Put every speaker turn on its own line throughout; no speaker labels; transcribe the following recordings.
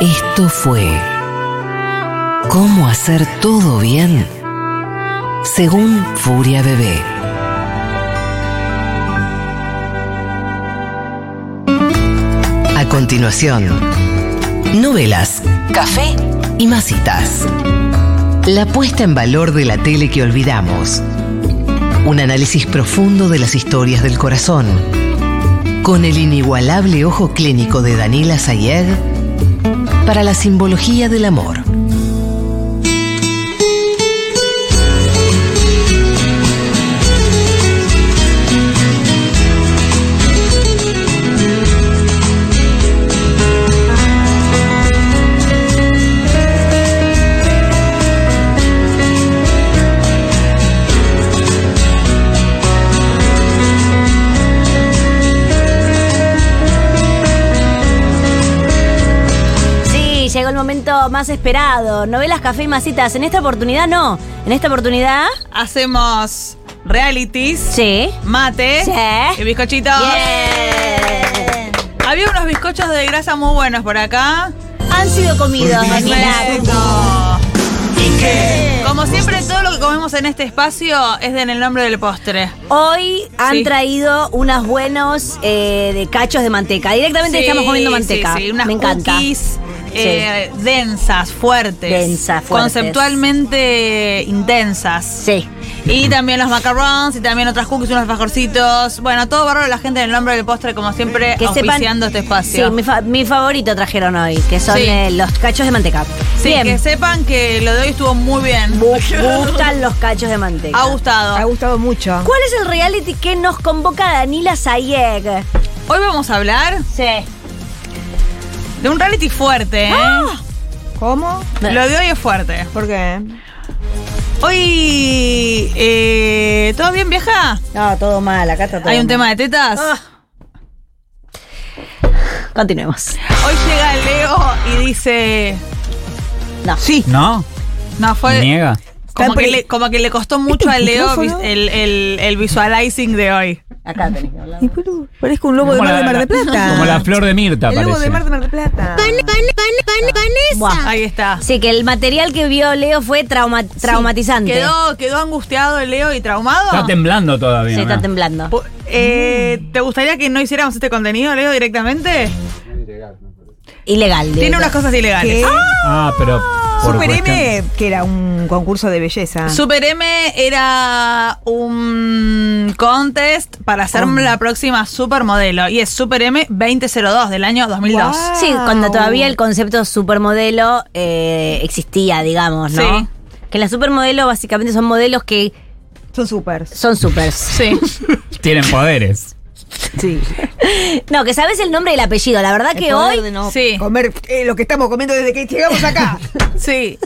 Esto fue Cómo hacer todo bien según Furia Bebé. A continuación, novelas, café y masitas. La puesta en valor de la tele que olvidamos. Un análisis profundo de las historias del corazón. Con el inigualable ojo clínico de Daniela Sayed para la simbología del amor.
Sí, llegó el momento más esperado. Novelas, café y masitas. En esta oportunidad no. En esta oportunidad.
Hacemos realities.
Sí.
Mate.
Sí.
Y bizcochitos.
Bien.
Había unos bizcochos de grasa muy buenos por acá.
Han sido comidos, Daniela.
Como siempre, todo lo que comemos en este espacio es en el nombre del postre.
Hoy han
Sí.
traído unos buenos eh, de cachos de manteca. Directamente
Sí,
estamos comiendo manteca.
Sí, sí, unas
Me encanta.
cookies, eh, densas, fuertes.
Densas, fuertes.
Conceptualmente intensas.
Sí.
Y también los macarons y también otras cookies, unos bajorcitos. Bueno, todo bárbaro la gente en el nombre del postre, como siempre,
Que sepan-
auspiciando este espacio.
Sí, mi, fa- mi favorito trajeron hoy, que son
Sí.
eh, los cachos de manteca.
Sí,
Bien.
que sepan que lo de hoy estuvo muy bien.
Bu- gustan los cachos de manteca.
Ha gustado.
Ha gustado mucho.
¿Cuál es el reality que nos convoca Danila Sayeg?
Hoy vamos a hablar
Sí.
de un reality fuerte, ¿eh?
¡Ah! ¿Cómo?
Lo de hoy es fuerte.
¿Por qué?
Hoy. eh, ¿Todo bien, vieja?
No, todo mal, acá está todo
¿Hay un
mal. Ah.
tema de tetas?
Continuemos.
Hoy llega Leo y dice.
Sí.
No,
No,
Pues,
fue.
niega.
Como
Está
que,
pre-
le, como que le costó
¿Este
mucho a Leo vis- el, el- el visualizing de hoy.
Acá tenés que hablar.
Y, boludo, Parezco un lobo de mar de Mar de Plata.
Como la flor de Mirta,
El lobo
parece.
de Mar de Mar de Plata.
Buah.
Ahí está.
Sí, que el material que vio Leo fue trauma- traumatizante.
¿Quedó, ¿Quedó angustiado Leo y traumado?
Está temblando todavía.
Se
¿no?
está temblando.
Po- eh, ¿Te gustaría que no hiciéramos este contenido, Leo, directamente?
Ilegal.
Tiene
digo.
unas cosas ilegales.
¿Qué?
Ah, pero. Por
Super
cuestión-
M, que era un concurso de belleza.
Ah. Super M era un contest para ser la próxima supermodelo y es Super M 2002 del año 2002.
Guau.
Sí, cuando
Wow.
todavía el concepto supermodelo eh, existía, digamos, ¿no?
Sí.
Que las supermodelo básicamente son modelos que
Son supers.
son supers.
Sí.
Tienen poderes.
Sí.
No, que sabes el nombre y el apellido. La verdad que hoy.
sí.
Comer eh, lo que estamos comiendo desde que llegamos acá.
Sí.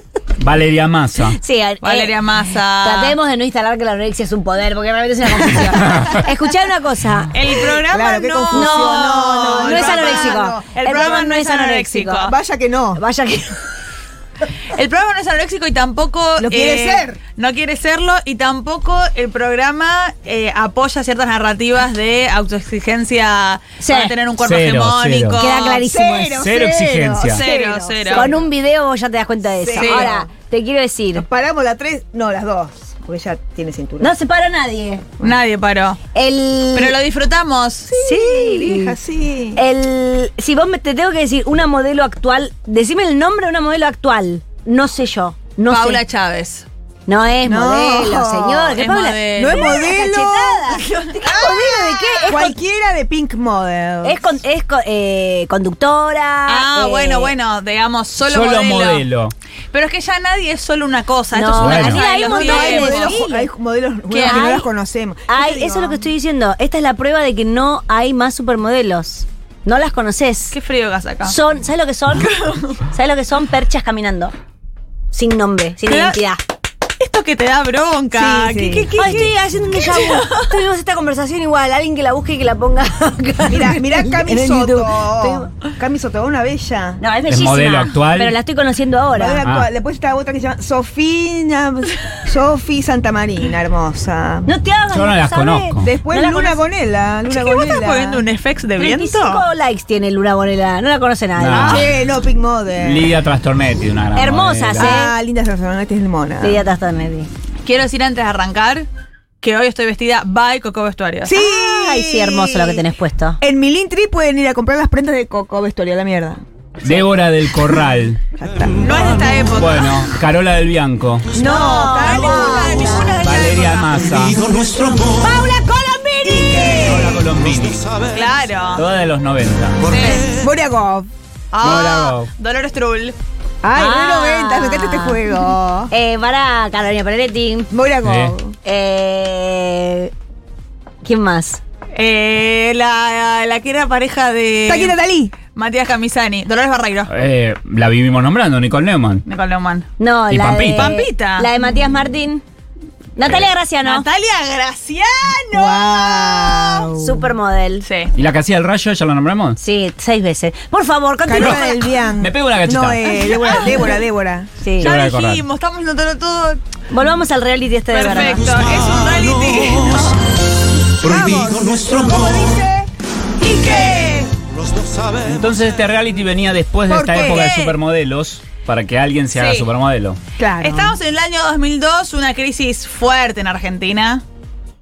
Valeria Massa.
Sí, eh,
Valeria Massa.
Tratemos de no instalar que la anorexia es un poder, porque realmente es una confusión. Escuchá una cosa.
El programa
Claro, qué
no,
confusión. No, no,
no
el
es
programa
anoréxico.
no. El, programa, no es anoréxico.
Vaya que no.
Vaya que.
El programa no es anoréxico y tampoco. eh,
Lo quiere ser.
No quiere serlo y tampoco el programa eh, apoya ciertas narrativas de autoexigencia
Sí.
para tener un cuerpo
Cero,
hegemónico.
cero.
Queda clarísimo eso.
Cero exigencia.
Cero, cero.
Con un video vos ya te das cuenta de eso.
Sí.
Ahora, te quiero decir.
Nos paramos las tres, no, las dos. Porque ya tiene cintura.
No se para nadie.
Nadie paró.
El.
Pero lo disfrutamos.
Sí.
Vieja, sí.
El, si vos me, te tengo que decir una modelo actual, decime el nombre de una modelo actual. No sé yo. No
Paula
sé.
Chávez.
No es
No,
modelo, señor. ¿Qué
es
Paula?
modelo.
No es
Mirá la
modelo.
cachetada. ¿Qué modelo de qué? Es, con-
Ah, Cualquiera de Pink Model.
es con- es con- eh, conductora.
Ah,
eh,
bueno, bueno, digamos, solo,
Solo
modelo.
modelo.
pero es que ya nadie es solo una cosa.
No,
Esto es una
Bueno.
cosa
Daniela,
de
hay
Ah, los
montones
Hay
tiempos.
modelos,
Sí.
hay modelos nuevos que
hay?
no las conocemos.
Ay,
Yo te
eso es lo que
digo,
estoy diciendo. Esta es la prueba de que no hay más supermodelos. No las conoces.
Qué frío que hace acá.
Son, ¿sabes lo que son? ¿Sabes lo que son? Perchas caminando. Sin nombre, sin
Claro.
identidad.
esto que te da bronca.
Sí,
¿Qué-
sí.
qué- qué-
Ay, estoy haciendo un déjà vu. Tuvimos esta conversación igual. Alguien que la busque y que la ponga acá.
Mirá, mirá Cami
En el YouTube.
Soto. Cami Soto, una bella.
No, es bellísima.
modelo actual.
Pero la estoy conociendo
Modelo
ahora.
Ah.
actual. Después está otra que se llama Sofina, Sofi Santa Marina, hermosa.
No te hagas.
Yo no las
¿sabes?
conozco.
Después
No la
Luna
conoces.
Bonela. Luna
¿Qué vos estás
Bonela.
poniendo un e- FX de viento?
35 likes tiene Luna Bonela. No la conoce nadie.
Nah. Ah.
Che, no, Pink Model.
Lidia Trastornetti, una gran
Hermosa,
modelo.
sí.
Ah, linda Sazonete es mona.
Lidia Tastornetti.
Quiero decir antes de arrancar que hoy estoy vestida by Coco Vestuario.
Sí.
Ay, sí, hermoso lo que tenés puesto.
En mi Linktree pueden ir a comprar las prendas de Coco Vestuario, la mierda.
Débora del Corral.
Ya está.
No es de esta época.
Bueno, Carola del Bianco.
No,
Dale, ninguna de
Valeria Massa.
nuestro amor.
¡Paula Colombini!
Paola Colombini.
Claro.
Toda de los 90.
Sí.
Boriakov.
Ah,
Bravo.
Dolores Trull.
Ay,
Ah.
re 90, me encanta este juego.
Eh, para Carolina Peretti.
Boriakov.
Sí.
Eh, ¿Quién más?
Eh, la, la que era pareja de.
Taquita Talí.
Matías Camisani. Dolores Barreiro.
Eh, la vivimos nombrando, Nicole Neumann.
Nicole Neumann.
No,
Y
la de.
Pampita. Eh,
Pampita.
La de Matías Martín. Natalia Graciano.
Natalia Graciano.
Wow.
Supermodel.
Sí.
¿Y la que hacía el rayo, ya la nombramos?
Sí, seis veces. Por favor, continúa.
Carola del Bian.
Me pego una cacheta.
No, eh, Débora, Débora, Débora.
Sí.
Yo-
Ya
Débora del
dijimos, estamos notando todo
Volvamos al reality este de verdad.
perfecto. Es un reality.
Prohibido nuestro
¿Cómo
amor.
dice? ¿Y qué?
Los dos sabemos.
Entonces este reality venía después de
¿Por
esta
qué?
época de supermodelos para que alguien se haga
Sí.
supermodelo.
Claro.
Estamos en el año 2002, una crisis fuerte en Argentina.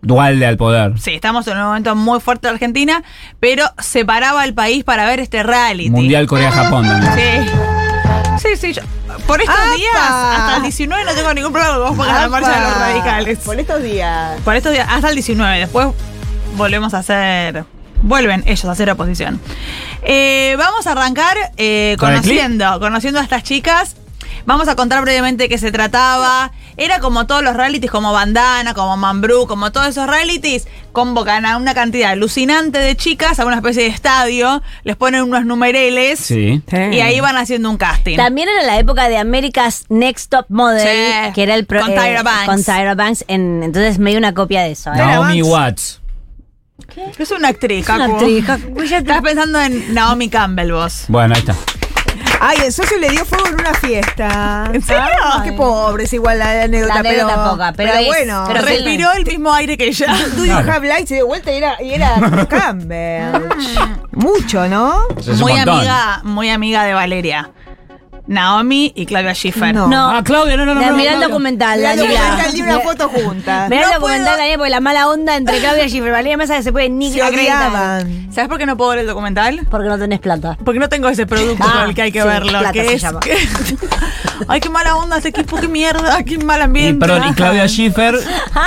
Dualde al poder.
Sí, estamos en un momento muy fuerte de Argentina, pero separaba el país para ver este reality.
Mundial Corea-Japón. también.
Sí. Sí, sí, yo- por estos
¡Apa!
días, hasta el 19 no tengo ningún problema con pagar la marcha de los radicales.
Por estos días.
Por estos días, hasta el 19, después volvemos a hacer... Vuelven ellos a hacer oposición. Eh, vamos a arrancar eh,
¿Con el
conociendo, conociendo a estas chicas. Vamos a contar brevemente de qué se trataba. Era como todos los realities, como Bandana, como Mambrú, como todos esos realities. Convocan a una cantidad alucinante de chicas a una especie de estadio. Les ponen unos numereles.
Sí.
Y ahí van haciendo un casting.
También era la época de America's Next Top Model,
Sí.
que era el pro- eh,
Con Tyra Banks.
Con Tyra Banks, en- entonces medio una copia de eso. ¿eh?
Naomi Watts.
Es una actriz,
Es una
Cacu.
actriz, Cacu, ya
Estás pensando en Naomi Campbell vos.
Bueno, ahí está.
Ay, el socio le dio fuego en una fiesta.
¿En serio?
Ay, qué pobre, es igual la anécdota.
La anécdota
pero,
poca, pero es-
bueno.
pero sí.
Respiró el mismo aire que ella.
Do you have light? Se dio vuelta y era, y era Campbell. Mucho, ¿no?
Eso Pues es un
muy
montón.
amiga, muy amiga de Valeria. Naomi y Claudia Schiffer.
No.
No,
Ah, Claudia, no, no, no.
La-
no,
mirá el
Claudia.
documental,
La
Daniela.
documental dio una foto juntas.
Mirá el
No puedo.
documental, Daniela, porque la mala onda entre Claudia y Schiffer. Valeria Massa que se puede ni
Se
acreditar.
odiaban.
¿Sabes por qué no puedo ver el documental?
Porque no tenés plata.
Porque no tengo ese producto
Ah,
con el que hay que
sí,
verlo.
plata
que
se
es-
llama.
que- Ay, qué mala onda este equipo, qué mierda, qué mal
Y,
ambiente.
perdón, y Claudia Schiffer,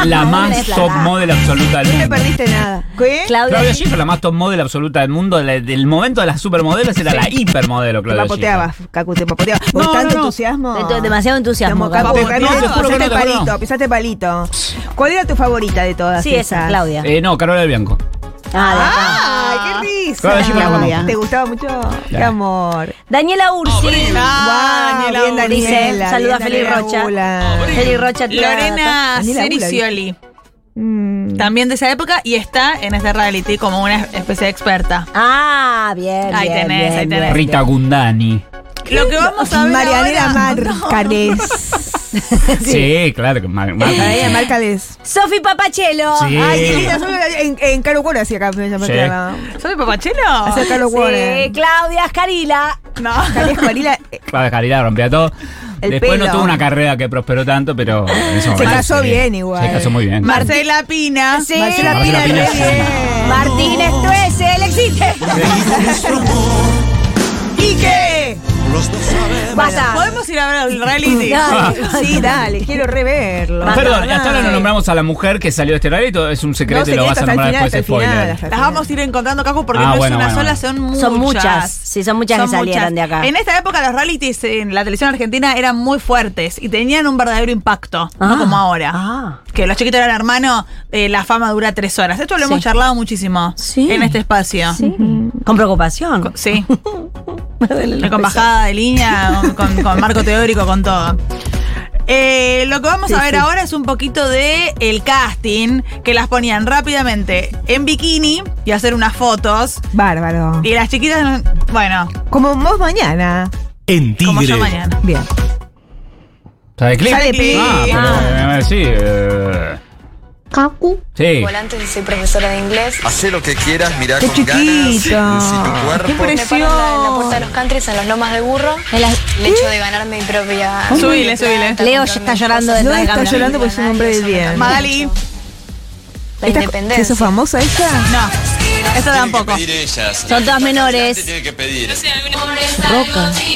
la
No
más
es la
top
nada.
model absoluta del
No te
mundo.
perdiste nada. ¿Qué?
Claudia,
Claudia Schiffer, la más top model absoluta del mundo, la- del momento de las supermodelos era la hipermodelo,
Te
Claudia
papoteabas, Cacu, te papoteabas. Por
No,
tanto
no, no.
entusiasmo.
Esto es demasiado entusiasmo,
Como Cacu,
Cacu.
Te-
Cacu,
no, te juro que
pisaste
no, te juro.
palito, pisaste palito. ¿Cuál era tu favorita de todas
Sí, esa,
esas?
Claudia.
Schiffer. Eh, no, Carola del Bianco.
Ah, de acá.
¡Ay, qué risa!
Claudia Schiffer la conozco.
¿Te gustaba mucho? ¡Qué
Claro.
amor!
Daniela Ursi.
Ah,
Guau,
Daniela
bien,
Ur-
dice,
Daniela,
saluda
bien,
a Feli
Daniela
Rocha.
Bula.
Feli Rocha. te-
Lorena
Daniela Bula,
Cericioli.
Mm.
También de esa época y está en este reality como una especie de experta.
Ah, bien.
Ahí
bien,
tenés,
bien,
ahí tenés.
bien.
Rita Gundani.
Lo que vamos a ver.
Marianela
ahora-
Márcales.
Sí, claro que ma- ma-
Marianela Márcales.
Sofi Papachelo.
Sí.
Ay, qué linda, solo en, en Caro Cuero hacía acá, me llamaba.
Eh. Sí. Ah.
Hacía
¿Soy papachelo?
Caro
Sí,
Cuero.
eh, Claudia Escarila.
No.
Talía Escuarila, eh,
Claudia Carilá rompía todo.
El
Después no
pelo.
tuvo una carrera que prosperó tanto, pero en ese momento
casó bien igual.
Se casó muy bien.
Marcela Pina.
Sí.
Marcela
Marcela
Pina, re
Pina.
bien.
Martínez Tuese, él existe.
Prohibido nuestro amor.
¿Y qué?
Los dos sabemos.
Ah.
Basta.
¿Podemos ir a ver el reality?
Sí, dale, quiero reverlo.
Perdón, y hasta ahora no
Dale.
nombramos a la mujer que salió de este reality, es un secreto
No,
y lo vas
secreto,
a
hasta el
nombrar
final, hasta el
después,
final,
spoiler.
hasta el
Las vamos a ir encontrando, Caco, porque
Ah,
no
bueno,
es una
bueno,
sola,
bueno.
son muchas.
Son muchas. Sí, son muchas que salieron de acá.
En esta época los realities en la televisión argentina eran muy fuertes y tenían un verdadero impacto,
Ah.
no como ahora.
Ah.
Que los chiquitos eran hermanos, eh, la fama dura tres horas. Esto lo hemos charlado muchísimo
Sí.
en este espacio. Sí.
Con preocupación.
con bajada de línea, con, con marco teórico, con todo. Eh, lo que vamos a ver ahora es un poquito de el casting, que las ponían rápidamente en bikini y hacer unas fotos.
Bárbaro.
Y las chiquitas, no- bueno,
Como vos mañana.
En
como
Tigre.
yo mañana.
Bien.
¿Sale clip?
Sale clip.
Ah, pero
Ah.
eh, sí. Eh, sí.
Volante, soy profesora de inglés.
Hacé lo que quieras, mirá
Qué
con ganas.
chiquito.
Si tu
Qué
cuerpo
Me paro en la, en la puerta de los countries, en los lomas de burro. El hecho de ganar mi propia.
Subile, subile.
Leo ya está llorando de
No
la
está
cámara.
llorando porque es un hombre de bien.
Magali,
La
Esta- ¿Se hizo
independencia.
famosa esa?
no, eso tampoco.
Son todas menores.
Tiene que pedir.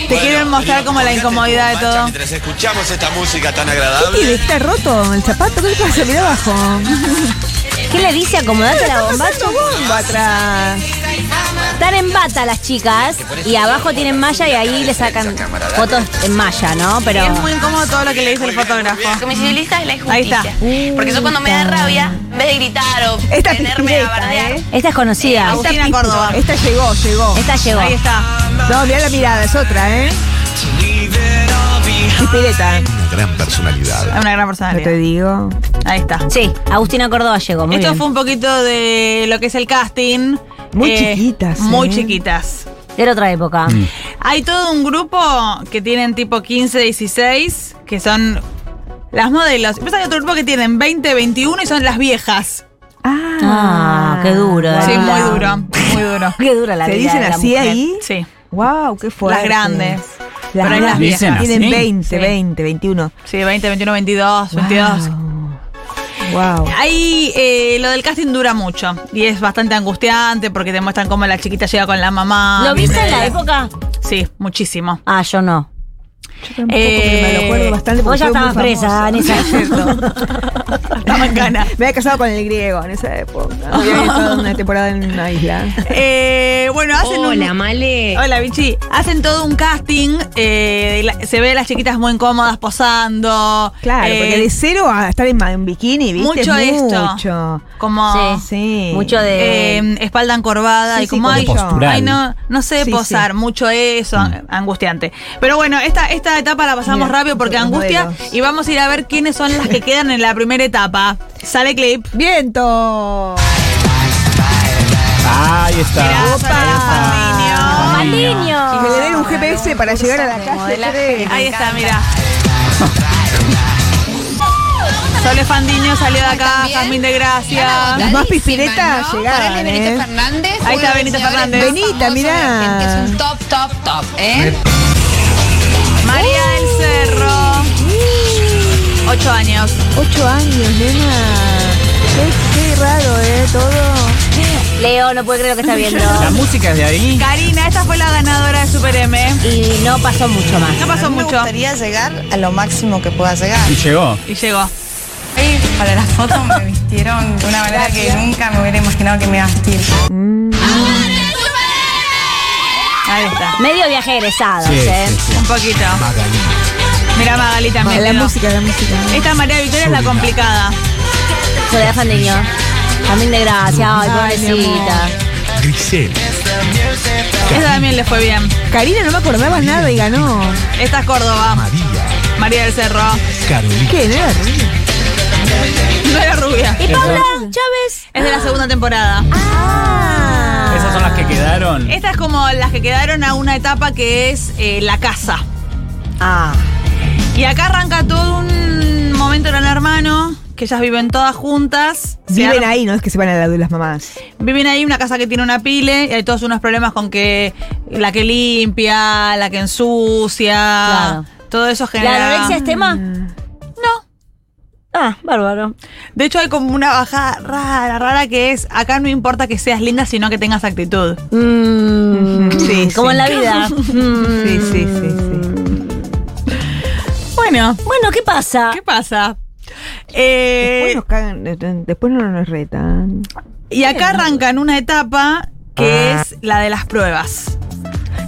Te quieren mostrar como la incomodidad de todo.
Mientras escuchamos esta música tan
¿Qué
agradable.
tiene? ¿Está roto el zapato? ¿Qué le pasa? Mirá abajo.
¿Qué le dice? Acomodate la bombacha.
bomba atrás.
Están en bata las chicas y abajo tienen malla y ahí le sacan fotos en malla, ¿no? Pero
Es muy incómodo todo lo que le dice el fotógrafo.
Como civilista es la
Ahí está.
injusticia. Porque yo cuando me da rabia, en vez de gritar o
Uh, Esta
tenerme a
pispireta,
bardear,
¿eh?
esta es conocida.
Agustina Córdoba.
Esta llegó, llegó.
Esta llegó.
Ahí está.
No, mirá la mirada, es otra, ¿eh? Pispireta.
Gran
Es
personalidad.
una gran
No te
personalidad.
digo.
Ahí está.
Sí, Agustina Córdoba llegó. Muy
Esto
bien.
fue un poquito de lo que es el casting.
Muy chiquitas,
Muy
¿eh?
chiquitas.
Era otra época.
Mm.
Hay todo un grupo que tienen tipo 15, 16, que son las modelos. Después hay otro grupo que tienen 20, 21 y son las viejas.
Ah, qué duro.
Wow.
Sí, muy duro, muy duro.
Qué dura la
¿Se
vida.
dicen
de la
así
mujer.
ahí?
Sí.
Wow, qué fuerte.
grandes.
Las
Pero hay las
grandes.
viejas.
Tienen
¿Sí?
20,
Sí.
20, 21.
Sí, 20, 21, 22, 22.
Wow.
Ahí eh, lo del casting dura mucho y es bastante angustiante porque te muestran cómo la chiquita llega con la mamá.
¿Lo viste en la época?
Sí, muchísimo.
Ah, yo no.
Yo tampoco, pero me lo acuerdo bastante.
Vos
porque
ya
fue muy
estabas presa,
famoso.
Vanessa.
Estaba en gana.
Me había casado con el griego en esa época. Había estado una temporada en una isla.
Eh, bueno, hacen un-
Male.
Hola, Vichy. Hacen todo un casting. eh, la- se ve a las chiquitas muy incómodas posando.
Claro,
eh,
porque de cero a estar en, ma- en bikini, ¿viste?
mucho
Es
esto.
Mucho.
como
Sí.
Sí.
Mucho de.
eh, espalda encorvada
Sí,
y
sí,
como
como
ay,
postural.
ay, no, no sé
Sí,
posar,
sí. Mm.
mucho eso, an- angustiante. Pero bueno, esta, esta etapa la pasamos
Mira,
rápido porque
los
angustia
modelos.
y vamos a ir a ver quiénes son las que quedan en la primera etapa. Sale clip.
Viento.
Ahí está.
Gracias, Fabinho.
Maliño.
Y me le den un GPS para llegar a la calle. tres.
Ahí está, mira. Sole Fandiño salió de acá, Jazmín de Gracia.
Las más pispiretas
Para
llegaban,
el de Benito
¿eh?
Fernández.
Ahí está
uno de los diseñadores
Benito Fernández.
más famosos
Benita,
de
mirá.
Argentina, Es un top, top, top, ¿eh?
María del
Uh.
Cerro. Ocho años.
Ocho años, nena. Qué, qué raro, ¿eh? Todo.
Leo no puede creer lo que está
La
viendo.
música es de ahí.
Karina, esta fue la ganadora de Super M.
Y no pasó mucho más.
No pasó mucho.
llegar a lo máximo que pueda llegar.
Y llegó.
Y llegó.
Para las fotos me vistieron de una manera que nunca me hubiera imaginado que me iba a vestir.
Ahí está.
Medio viaje egresados,
Sí,
¿eh?
sí, sí.
Un poquito. Mira Magali también.
La
quedó.
música, la música.
Esta María Victoria es la complicada.
Soledad Fandiño. También de gracia, ay, pobrecita.
Grisel.
Esta también le fue bien.
Karina no me acordaba nada y ganó.
Esta es Córdoba.
María.
María del Cerro.
Carolina.
¿Qué? ¿No era terrible?
No era rubia.
Y Paula Chávez.
Es de la segunda temporada.
Esas son las que quedaron.
Esta es como las que quedaron a una etapa que es eh, la casa.
Ah.
Y acá arranca todo un momento gran hermano, que ellas viven todas juntas. Se
Viven
ar-
ahí, no es que se van a la de las mamás.
Viven ahí una casa que tiene una pile y hay todos unos problemas con que la que limpia, la que ensucia.
Claro.
Todo eso genera.
¿La anorexia es tema?
No.
Ah, bárbaro.
De hecho, hay como una bajada rara, rara que es: acá no importa que seas linda, sino que tengas actitud.
Mm,
Sí,
como en
sí.
la vida. Mm.
Sí, sí, sí, sí.
Bueno,
Bueno, ¿qué pasa?
¿qué pasa? Eh,
Después nos cagan, eh, eh, después no nos retan.
y acá arrancan una etapa que es la de las pruebas.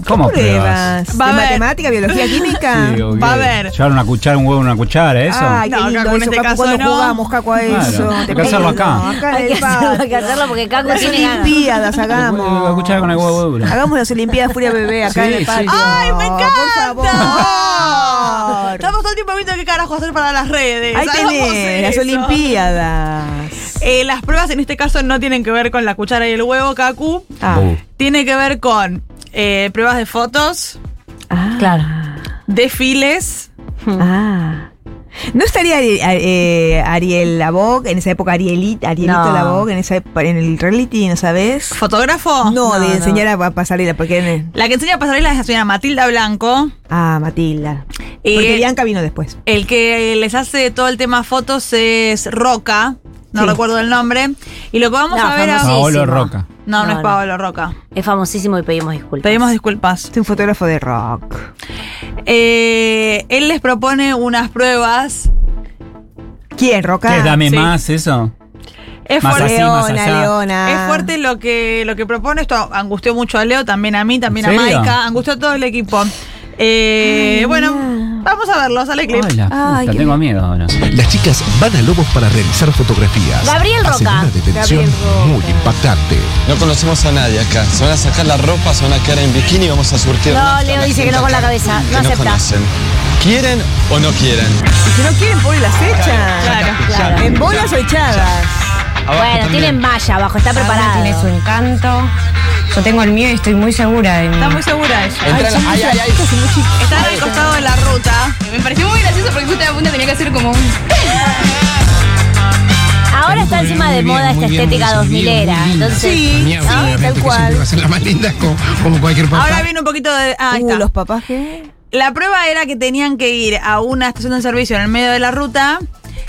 ¿Cómo pruebas?
Va a
¿De
haber-
matemática, biología, química?
Sí, ok.
Va a ver.
Llevar una cuchara, un huevo, una cuchara, eso.
Ay, qué
No, acá
lindo
con
eso,
este
Caco,
caso
cuando
no.
jugamos, Caco, a
Claro,
eso.
hay
Te
que hacerlo
pido,
acá.
acá en
Hay
el
que hacerlo, hay que
patio.
hacerlo porque Caco
Las
tiene ganas.
olimpiadas
Huevo-
hagamos.
cuchara con el huevo duro.
Hagamos las olimpiadas Furia Bebé acá
Oh,
Sí,
en el
sí.
patio.
¡Ay,
me encanta! Por favor. amor.
Estamos todo el tiempo viendo qué carajo hacer para las redes.
Ahí
Hagamos
tenés, las
eso.
Olimpiadas.
Eh, las pruebas en este caso no tienen que ver con la cuchara y el huevo, Kaku.
Ah.
Tiene que ver con eh, pruebas de fotos,
Ah.
Claro.
desfiles.
Ah. ¿No estaría Ari- a- eh, Ariel Labog, en esa época Arielita, Arielito
No.
Labog, en, esa, ep- en el reality, no sabes?
¿Fotógrafo?
No,
no.
de enseñar a- a pasarela, porque... en-
La que enseña pasarelas es la señora Matilda Blanco.
Ah, Matilda.
Eh,
Porque Bianca vino después.
El que les hace todo el tema fotos es Roca. No
Sí.
recuerdo el nombre. Y lo que vamos
No,
a ver ahora.
famosísimo.
Paolo Roca.
No, no,
No,
es
no.
Paolo Roca.
Es famosísimo y pedimos disculpas.
Pedimos disculpas.
Es un fotógrafo de rock.
Eh, él les propone unas pruebas.
¿Quién, Roca?
¿Qué es dame
sí.
más eso?
Es
Más
fuerte.
así, más
Leona,
allá.
Leona.
Es fuerte lo que, lo que propone. Esto angustió mucho a Leo, también a mí, también a
¿En serio?
Maika. Angustió a todo el equipo. Eh, bueno, vamos a verlo. Sale clip.
Ay, la
Ay,
puta,
qué-
tengo miedo ahora.
Las chicas van a Lobos para realizar fotografías.
Gabriel
Hacen
Roca.
una detención
Gabriel Roca.
muy impactante.
No conocemos a nadie acá. Se van a sacar la ropa, se van a quedar en bikini y vamos a surtir.
No, Leo dice que no con la cabeza. No acepta.
¿Quieren o no quieren?
Si no quieren, pobre las echan.
Claro,
claro.
En bolas o echadas.
Bueno, tienen malla abajo, está
Cada
preparado.
tiene su encanto. Yo tengo el mío y estoy muy segura de mí.
Está muy segura ella.
Entra en la- ay, ay, ay.
Están al costado de la ruta.
Me pareció muy gracioso porque justo la punta tenía que hacer como un...
Ahora está encima de
Muy bien,
moda esta
muy bien,
estética
muy bien,
2000 era.
muy bien.
Entonces,
Mía,
¿no?
obviamente,
tal
que siempre va
cual.
a ser la más linda como, como cualquier papá.
Ahora viene un poquito de. ah, ahí
Uh,
está.
los papás que.
La prueba era que tenían que ir a una estación de servicio en el medio de la ruta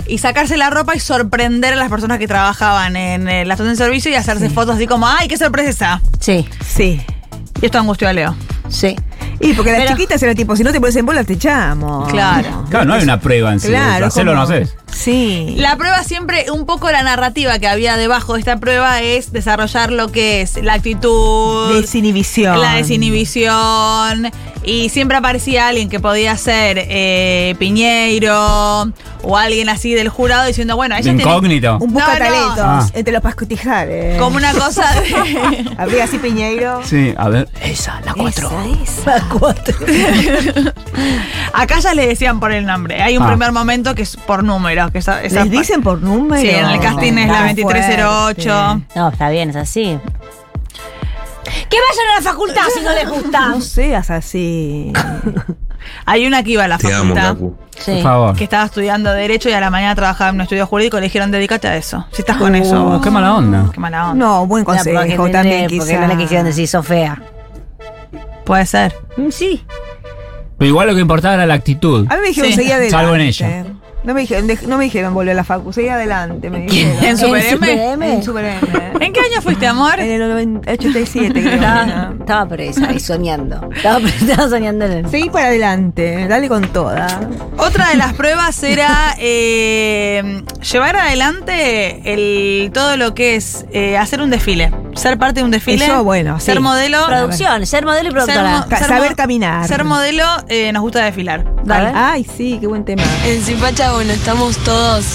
y sacarse la ropa y sorprender a las personas que trabajaban en eh, la estación de servicio y hacerse fotos así como, ¡ay, qué sorpresa!
Sí,
Sí.
Y esto angustió a Leo.
sí.
Y porque las
Pero-
chiquitas eran tipo, si no te pones en bolas, te echamos.
Claro.
Claro, no hay una prueba en sí.
Claro.
Hacelo o no
como-
haces.
Sí.
La prueba siempre, un poco la narrativa que había debajo de esta prueba es desarrollar lo que es la actitud,
desinhibición.
la desinhibición, y siempre aparecía alguien que podía ser eh, Piñeiro o alguien así del jurado diciendo, bueno, ella tiene
Incógnito.
Un
No, no.
buscatalentos
Ah.
entre los pascotijares.
como una cosa de...
Habría así Piñeiro.
Sí, a ver. eh,
Esa es.
Acá ya le decían por el nombre. Hay un
Ah.
primer momento que es por números. Que esa- esa-
¿Les dicen por número?
Sí, en el casting es la 2308.
No, está bien, es así. Que vayan a la facultad si no les gusta.
No seas así.
Hay una que iba a la facultad.
Por
Sí.
favor.
que estaba estudiando Derecho y a la mañana trabajaba en un estudio jurídico. Le dijeron, dedícate a eso. Si estás con eso.
Oh,
vos".
qué mala onda.
Qué mala onda.
Uh. No, buen
No, porque
consejo
tendré-
también,
Porque
quizás.
no le quisieron decir, sos fea.
Puede ser.
Mm, Sí.
Pero igual lo que importaba era la actitud.
A mí me dijeron,
Sí.
seguí adelante.
Salvo en ella.
No me, dijeron, dej- no me dijeron volver a la facu, seguí adelante. Me dijeron.
¿En Super M?
En Super M.
¿En qué año fuiste, amor?
En el 90 87, creo.
Estaba,
¿no?
estaba presa y soñando. Estaba, presa, estaba soñando en el.
Seguí para adelante, dale con toda.
Otra de las pruebas era eh, llevar adelante el, todo lo que es eh, hacer un desfile. Ser parte de un desfile.
Eso, bueno, sí.
Ser modelo.
Producción, ser modelo y
Ser mo-
productora.
Ca-
ser
saber
mo-
caminar.
Ser modelo eh, nos gusta desfilar.
Dale.
Ay, sí, qué buen tema.
En Zipacha, bueno, estamos todos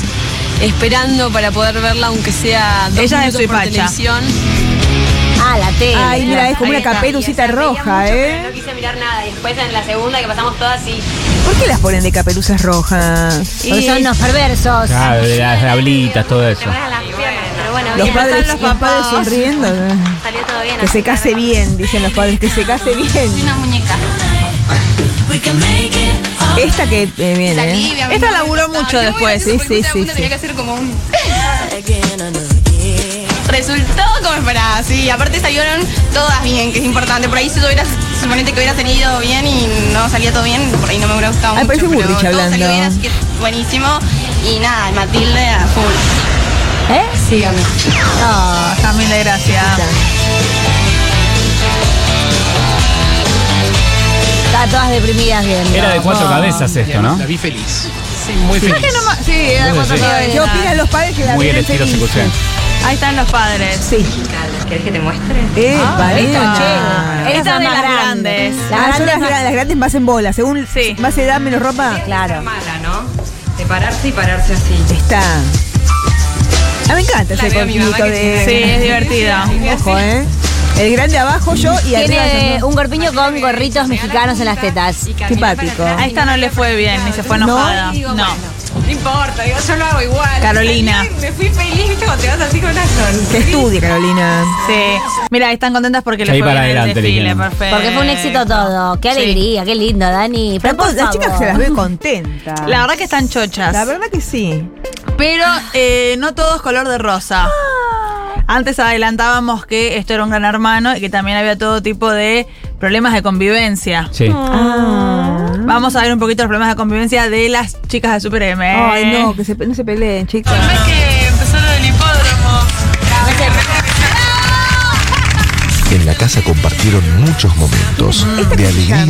esperando para poder verla, aunque sea dos
Ella es
minutos por
Suipacha.
televisión.
Ah, la tele.
Ay, mira, es como una
Ahí está.
caperucita
Y, o sea, veía
roja,
mucho,
¿eh?
pero No quise mirar nada. Y después en la segunda que pasamos todas y
¿Por qué las ponen de caperuzas rojas?
Porque son unos perversos.
Claro, de las tablitas, todo
te
eso.
vas a las piernas. Pero bueno,
Los
bien,
padres,
están los
los padres
papás.
sonriendo.
salió todo bien.
Que
así
se case bien, dicen los padres, que se case bien.
Una muñeca.
Esta que eh, viene. ¿eh?
Esta laburó mucho después.
Sí, sí, sí,
Tenía
sí.
que hacer como un. Resultó como esperaba, sí. Aparte salieron todas bien, que es importante. Por ahí si hubiera, suponete que hubiera salido bien y no salía todo bien, por ahí no me hubiera gustado
Ay,
mucho.
parece
pero
Bullrich
todo
hablando.
salió bien, así que buenísimo. Y nada, Matilde a full.
¿Eh?
Sígame.
Ah, Jamil, gracias.
Están todas deprimidas viendo.
Era de
Ah.
cuatro cabezas esto, ¿no?
La vi feliz. muy feliz.
Sí, era cuatro
Sí.
cabezas.
¿Qué opinan los padres que la
Muy el
vienen
estilo
felices?
Secucén.
Ahí están los padres.
Sí.
¿Querés que te muestre?
Eh,
Esta,
pareja.
che. Esta
Esta
es
de
más
las
grandes.
grandes.
La
Ah, son
grande
las,
es más-
gra- las grandes más en bola. Según
Sí.
más edad, menos ropa.
Claro.
mala, ¿no? De pararse y pararse así.
Está. Ah, me encanta ese
La veo a mi
cortinito
mamá que
de.
Sí, es divertida.
Ojo, ¿eh? El grande abajo, yo y arriba.
Tiene
ellos dos.
un gorpiño con gorritos mexicanos en las tetas.
Simpático.
A esta no le fue bien, ni se fue
No.
enojada.
Digo,
No.
bueno, no importa, digo, yo lo hago igual. Está
Carolina.
bien, Me fui feliz, ¿viste? Cuando te vas así con una sonrisa.
Que estudie, Carolina.
Sí. Mira, están contentas porque le
Ahí
fue
para
bien el
adelante,
desfile,
Liliana.
perfecto.
Porque fue un éxito todo. Qué
Sí.
alegría, qué lindo, Dani. Pero
Pero
por
las chicas
favor.
se las ve contentas.
La verdad que están chochas.
La verdad que sí.
Pero eh, no todo es color de rosa.
Ah.
Antes adelantábamos que esto era un gran hermano y que también había todo tipo de problemas de convivencia.
Sí.
Ah,
Vamos a ver un poquito los problemas de convivencia de las chicas de Super M.
Ay,
Eh.
no, que se, pe- no se peleen, chicos.
que empezó lo del hipódromo.
En la casa compartieron muchos momentos de alegría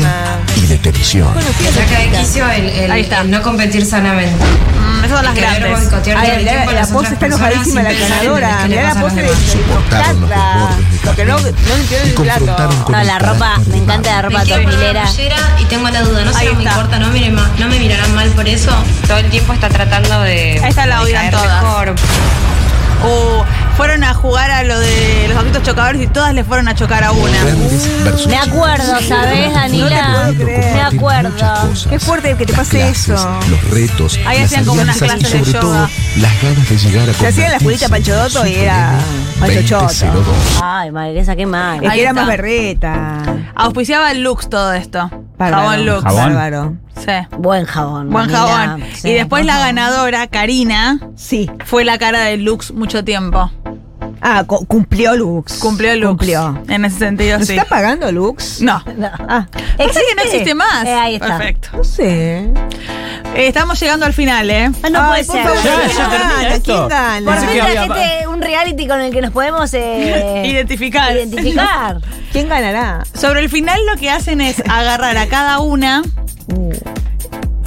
y de tensión.
Saca de quicio el, el-
Ahí está.
el no competir sanamente.
Mm, esas son las
El querer
grandes.
boicotear todo
Ay,
el
mirá,
tiempo a
la
las
pose
otras
está
personas
enojadísima la
sin pensar en
ganadora.
el que le
Mirá la
pasa a
pose de
los demás.
Cortaron los bordes de
Porque no, no
jardín
entiendo
y
el plato.
confrontaron con
No,
el
la ropa,
carácter
me
de
encanta la
Barbie.
ropa
Me quiero poner una
topilera.
pollera y tengo la duda, no sé,
Ahí
no me
está.
importa, no, mire, ma- no me mirarán mal por eso. Todo el tiempo está tratando de.
Ahí está, la
de
odian
caer
todas.
mejor.
O Oh, fueron a jugar a lo de los adultos chocadores y todas le fueron a chocar a una.
Grandes versus
Me acuerdo,
chicos.
¿sabes, Danila?
No te puedo creer.
Me acuerdo.
Muchas cosas.
Qué fuerte que te
Las
pase
clases,
eso.
Los retos,
Ahí
las
hacían como unas
alianzas y
clases de
sobre
yoga.
todo las ganas de llegar a
Se hacía la
convertirse
escuelita Pancho
en
Dotto y
Super
era
M
Pancho
2002.
Choto.
Ay, madre, esa qué mal.
Es
Ahí
que era
está.
más berreta.
Auspiciaba el Lux todo esto.
Bárbaro.
Jabón Lux.
Jabón.
Bárbaro.
Sí.
Buen jabón.
Buen
Daniela.
jabón.
Sí,
Y después
por
la
favor.
ganadora, Karina,
Sí.
fue la cara de Lux mucho tiempo.
Ah, cu- cumplió Lux.
Cumplió Lux.
Cumplió.
En ese sentido,
¿Nos
sí.
está pagando Lux?
No.
No.
Ah,
Pasa que no existe más.
Eh, ahí está.
Perfecto.
no sé.
Eh, estamos llegando al final, ¿eh?
Ah, no
Ay,
puede
por
ser.
favor,
Ya,
¿quién
ya
gana?
termina esto.
¿Quién gana?
Por
Pensé
fin
que había-
trajiste un reality con el que nos podemos eh,
Identificar.
identificar.
¿Quién ganará?
Sobre el final lo que hacen es agarrar a cada una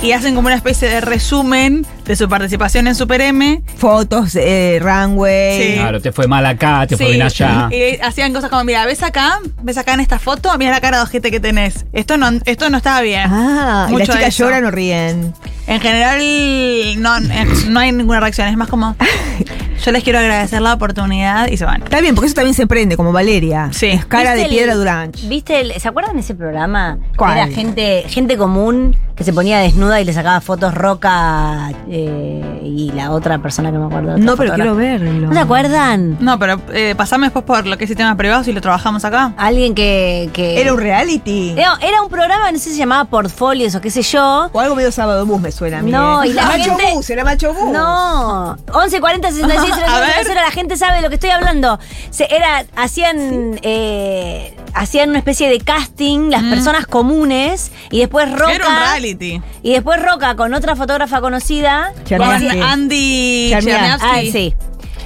y hacen como una especie de resumen de su participación en Super M.
Fotos, eh, runway.
Sí.
Claro, te fue mal acá, te fue
Sí.
bien allá.
Y hacían cosas como, mira, ¿ves acá? ¿Ves acá en esta foto? Mira la cara de ojete que tenés. Esto no, esto no estaba bien.
Ah, y
Mucho
las
de
chicas
eso.
lloran o ríen.
En general, no, en- no hay ninguna reacción. Es más como, yo les quiero agradecer la oportunidad y se van.
Está bien, porque eso también se prende, como Valeria.
Sí.
Es cara de
¿Viste el-
piedra Durán.
¿Viste? el- ¿Se acuerdan de ese programa?
¿Cuál?
Era gente, gente común que se ponía desnuda y le sacaba fotos Roca eh, y la otra persona que no me acuerdo. otra
No, pero
fotógrafa.
quiero verlo.
¿No se acuerdan?
No, pero eh, pasame después por lo que es sistemas privados y lo trabajamos acá.
Alguien que. que-
Era un reality.
No, era un programa, no sé si se llamaba Portfolios o qué sé yo.
O algo medio sábado bus me suena a mí.
No,
¿eh?
y la
Macho
gente-
bus, era macho bus.
No, 11 40 66
A ver.
00, la gente sabe de lo que estoy hablando. Se, era, hacían, eh, hacían una especie de casting las personas comunes y después Roca.
Mm. Era un reality.
Y después Roca con otra fotógrafa conocida.
Chernia-
le
Con
hacía-
Sí.
Andy
Chernia-
Cherniavsky.
Ah, sí.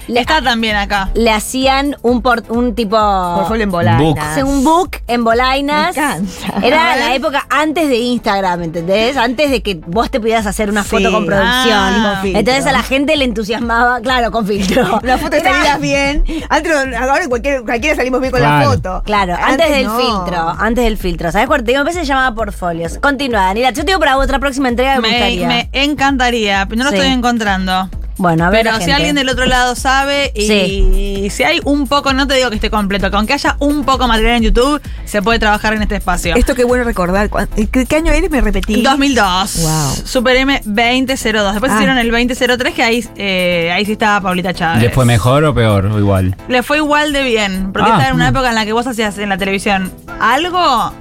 Le,
Está también acá.
le hacían un, por- un tipo.
Por favor, en volar.
Book.
hace un book en bolainas.
Me encanta.
Era
A ver.
la época antes de Instagram, ¿entendés? Antes de que vos te pudieras hacer una
Sí.
foto con producción.
Ah.
Con filtro.
Entonces a la gente le entusiasmaba, claro, con filtro.
La foto
Era-
estarías bien. Antes, no- ahora cualquier- cualquiera salimos bien con la
Claro.
foto.
Claro, antes, del
no.
filtro, antes del filtro. ¿Sabes cuál te digo? A veces se llamaba portfolios. Continúa, Daniela. Yo te digo para otra próxima entrega que me,
Me,
gustaría.
me encantaría, pero no lo
Sí.
estoy encontrando.
Bueno, a ver.
Pero
la
si
gente.
alguien del otro lado sabe y si hay un poco, no te digo que esté completo, que aunque haya un poco de material en YouTube, se puede trabajar en este espacio.
Esto qué bueno recordar. Cuan- ¿Qué, qué año eres? Me repetí.
2002.
Wow.
Super M 2002. Después
Ah.
hicieron el 2003, que ahí, eh, ahí sí estaba Paulita Chávez.
¿Le fue mejor o peor? O igual.
Le fue igual de bien, porque
Ah,
esta era una
no.
época en la que vos hacías en la televisión algo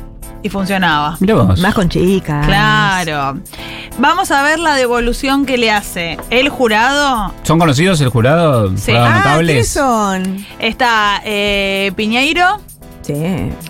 y funcionaba.
Mirá vos.
Más con chicas.
Claro. Vamos a ver la devolución que le hace el jurado.
¿Son conocidos el jurado?
Sí.
¿Jurado
Ah, ¿quiénes
notables?
son?
Está eh, Piñeiro,
Sí.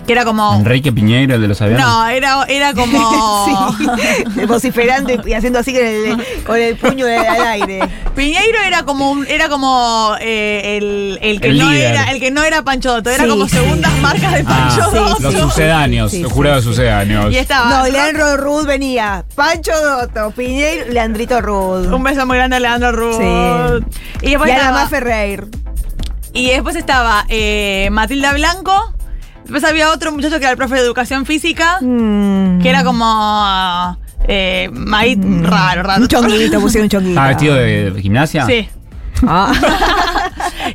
que era como...
Enrique Piñeiro, el de los aviones.
No, era, era como...
Sí. Vociferando y, y haciendo así con el, con el puño de- al aire.
Piñeiro era como un- era como eh, el, el que
El
no
líder.
era el que no era Pancho Dotto, era
Sí,
como
sí.
segundas marcas de Pancho
Ah,
Dotto.
los
sí,
sucedáneos,
sí,
el
sí,
jurado de sucedáneos.
Y estaba
No, Leandro Ruth venía. Pancho Dotto, Piñeiro, Leandrito Ruth.
un beso muy grande a Leandro Ruth.
Sí.
Y después
y Ana
estaba-
Más Ferreir.
Y después estaba eh, Matilda Blanco. Después había otro muchacho que era el profe de educación física,
Mm.
que era como. Eh, ahí
Mm.
raro, raro.
Ah,
Un chonguito, pusieron un chonguito.
¿Estaba vestido de gimnasia?
Sí.
Ah.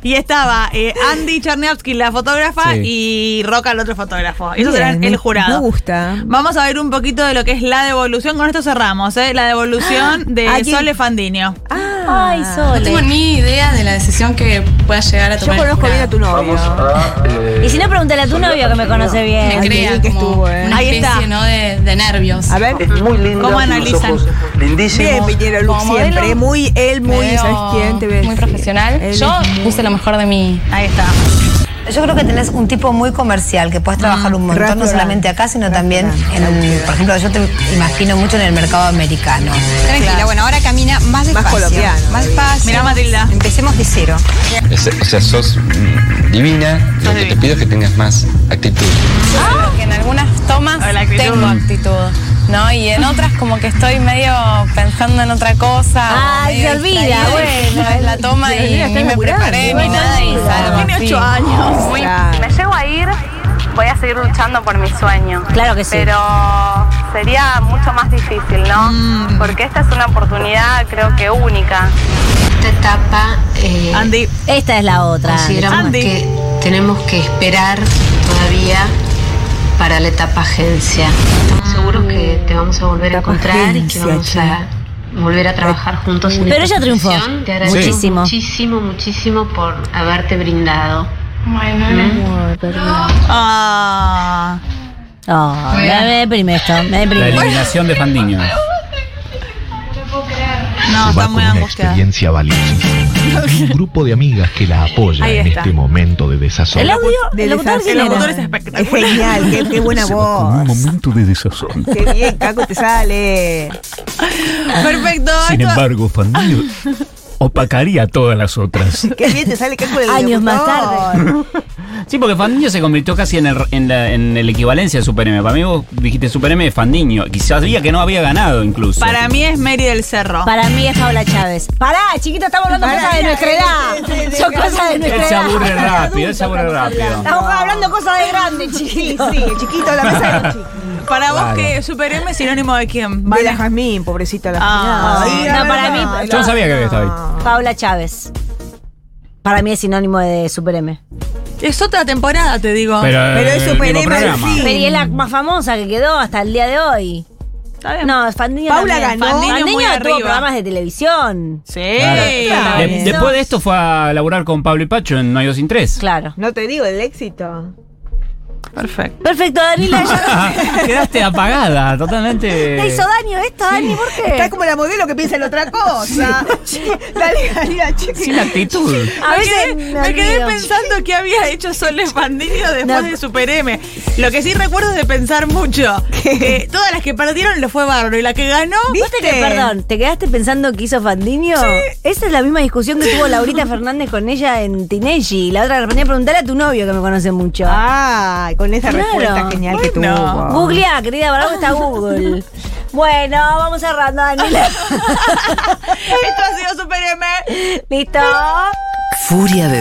Y estaba eh, Andy Charniavsky, la fotógrafa, y Roca, el otro fotógrafo. Esos
Bien,
eran
me-
el jurado.
Me gusta.
Vamos a ver un poquito de lo que es la devolución. Con esto cerramos, ¿eh? La devolución de
Ah, aquí.
Sole Fandinio.
Ah,
Ay,
No tengo
Sole.
ni idea de la decisión que pueda llegar a
yo
tomar. el
conozco bien a
jurado.
tu novio.
Y si no, pregúntale a tu novio que me conoce
Me
bien.
Ay, qué bien
crea
que
como
estuvo, ¿eh?
una
Ahí
especie,
está.
¿no? De, de nervios.
A ver.
muy linda.
¿Cómo analizan?
Bien, Piñero Luz
Como
siempre.
modelo,
muy, él
Me
muy,
veo
¿sabes quién? Te voy a
Muy
decir.
profesional.
Él
Yo
es muy-
puse lo mejor de mí.
Ahí está.
Yo creo que tenés un tipo muy comercial, que puedes
Mm,
trabajar un montón, no
Restaurante.
solamente acá, sino también, en,
Restaurante.
por ejemplo, yo te imagino mucho en el mercado americano.
Tranquila, bueno, ahora camina más despacio.
colombiano.
Más despacio.
Mirá, Matilda.
Empecemos de cero.
Es- o sea, sos mm, divina. Lo que te pido es que tengas más actitud.
Que en algunas tomas
O la actitud.
tengo actitud, ¿no? Y en otras como que estoy medio pensando en otra cosa.
Ay,
medio
se olvida,
distraída, y
bueno.
una vez la toma
Se olvida,
y
está
ni me
laburando.
preparé ni
Bueno,
nada y salgo
Tiene
así.
ocho años.
Muy-
Claro.
me llego a ir, voy a seguir luchando por mi sueño.
Claro que sí.
Pero sería mucho más difícil, ¿no?
Mm.
Porque esta es una oportunidad creo que única.
Esta etapa eh,
Andy.
Esta es la otra.
consideramos
Andy.
que tenemos que esperar todavía para la etapa agencia.
Mm.
Estamos seguros que te vamos a volver a
Etapa
encontrar y que
agencia,
vamos a volver a trabajar juntos. en
Pero
esta
ella triunfó.
profesión. Te agradezco
Muchísimo.
muchísimo, muchísimo por haberte brindado. ¿Eh?
Bueno,
Ah.
Oh, me me deprime esto, me
La
deprime.
eliminación de Fandiño.
No,
Se
está
va
muy
con una
angustiada.
experiencia valiosa. Un grupo de amigas que la apoya
Ahí
en
está.
este momento de desazón.
El audio,
De
el locutor
desastre.
El locutor
chileno.
es espectacular.
genial, qué, qué buena voz.
momento de desazón.
Qué bien, Caco, te sale.
Perfecto.
Sin
esto-
embargo, Fandiño opacaría a todas las otras.
Qué bien te sale Caco el
Años más
locutor.
Sí, porque Fandiño se convirtió casi en el, en la- en el equivalencia de Super M. Para mí vos dijiste Super M de Fandiño. Quizás diría que no había ganado incluso.
Para mí es Mary del Cerro.
Para mí es Paula Chávez. Pará, chiquita, estamos hablando
Pará.
cosas de nuestra edad. Son cosas de
Él
nuestra
se
edad.
aburre rápido, él se aburre rápido.
Estamos hablando cosas de grande,
Sí,
chiquito.
sí, el chiquito, la mesa de los chicos.
Para vos
Claro.
que Super M es sinónimo de quién?
De la
Vale.
Jazmín, pobrecita la
Ah,
final.
sí,
la
no, para
verdad,
mí-
Yo no sabía que había estado ahí.
Paula Chávez. Para mí es sinónimo de Super M.
Es otra temporada, te digo.
Pero
eh,
es Super
mismo
M al
programa.
fin.
Pero y es la más famosa que quedó hasta el día de hoy.
Está bien.
No, Fandinho
Em, Paula
también.
ganó.
Fandinho,
Fandinho muy
tuvo
arriba.
programas de televisión.
Sí.
Claro.
Está
De-
bien.
después de esto fue a laburar con Pablo y Pacho en No hay dos sin tres.
Claro.
No te digo el éxito.
Perfecto.
Perfecto, Daniela. ya-
Quedaste apagada, totalmente.
¿Te hizo daño esto, Dani? ¿Por
Está
qué?
como la modelo que piensa en otra cosa. Dale, dale,
Sin
chiquita.
actitud.
A
me
veces
quedé,
me
me quedé
olvido.
pensando que había hecho Sole Fandinho después
No.
de Super M. Lo que sí recuerdo es de pensar mucho. Eh, todas las que perdieron le fue bárbaro y la que ganó.
¿Viste que, Eh, perdón, te quedaste pensando que hizo Fandinho? Esa es la misma discusión que tuvo Laurita Fernández con ella en Tinelli. Y La otra le ponía a preguntar a tu novio que me conoce mucho.
Ah, con esa
Claro.
respuesta genial que
Bueno.
tuvo.
Googleá, querida, para vos está Google. Bueno, vamos cerrando, Daniela.
Esto ha sido Super M.
Listo.
Furia de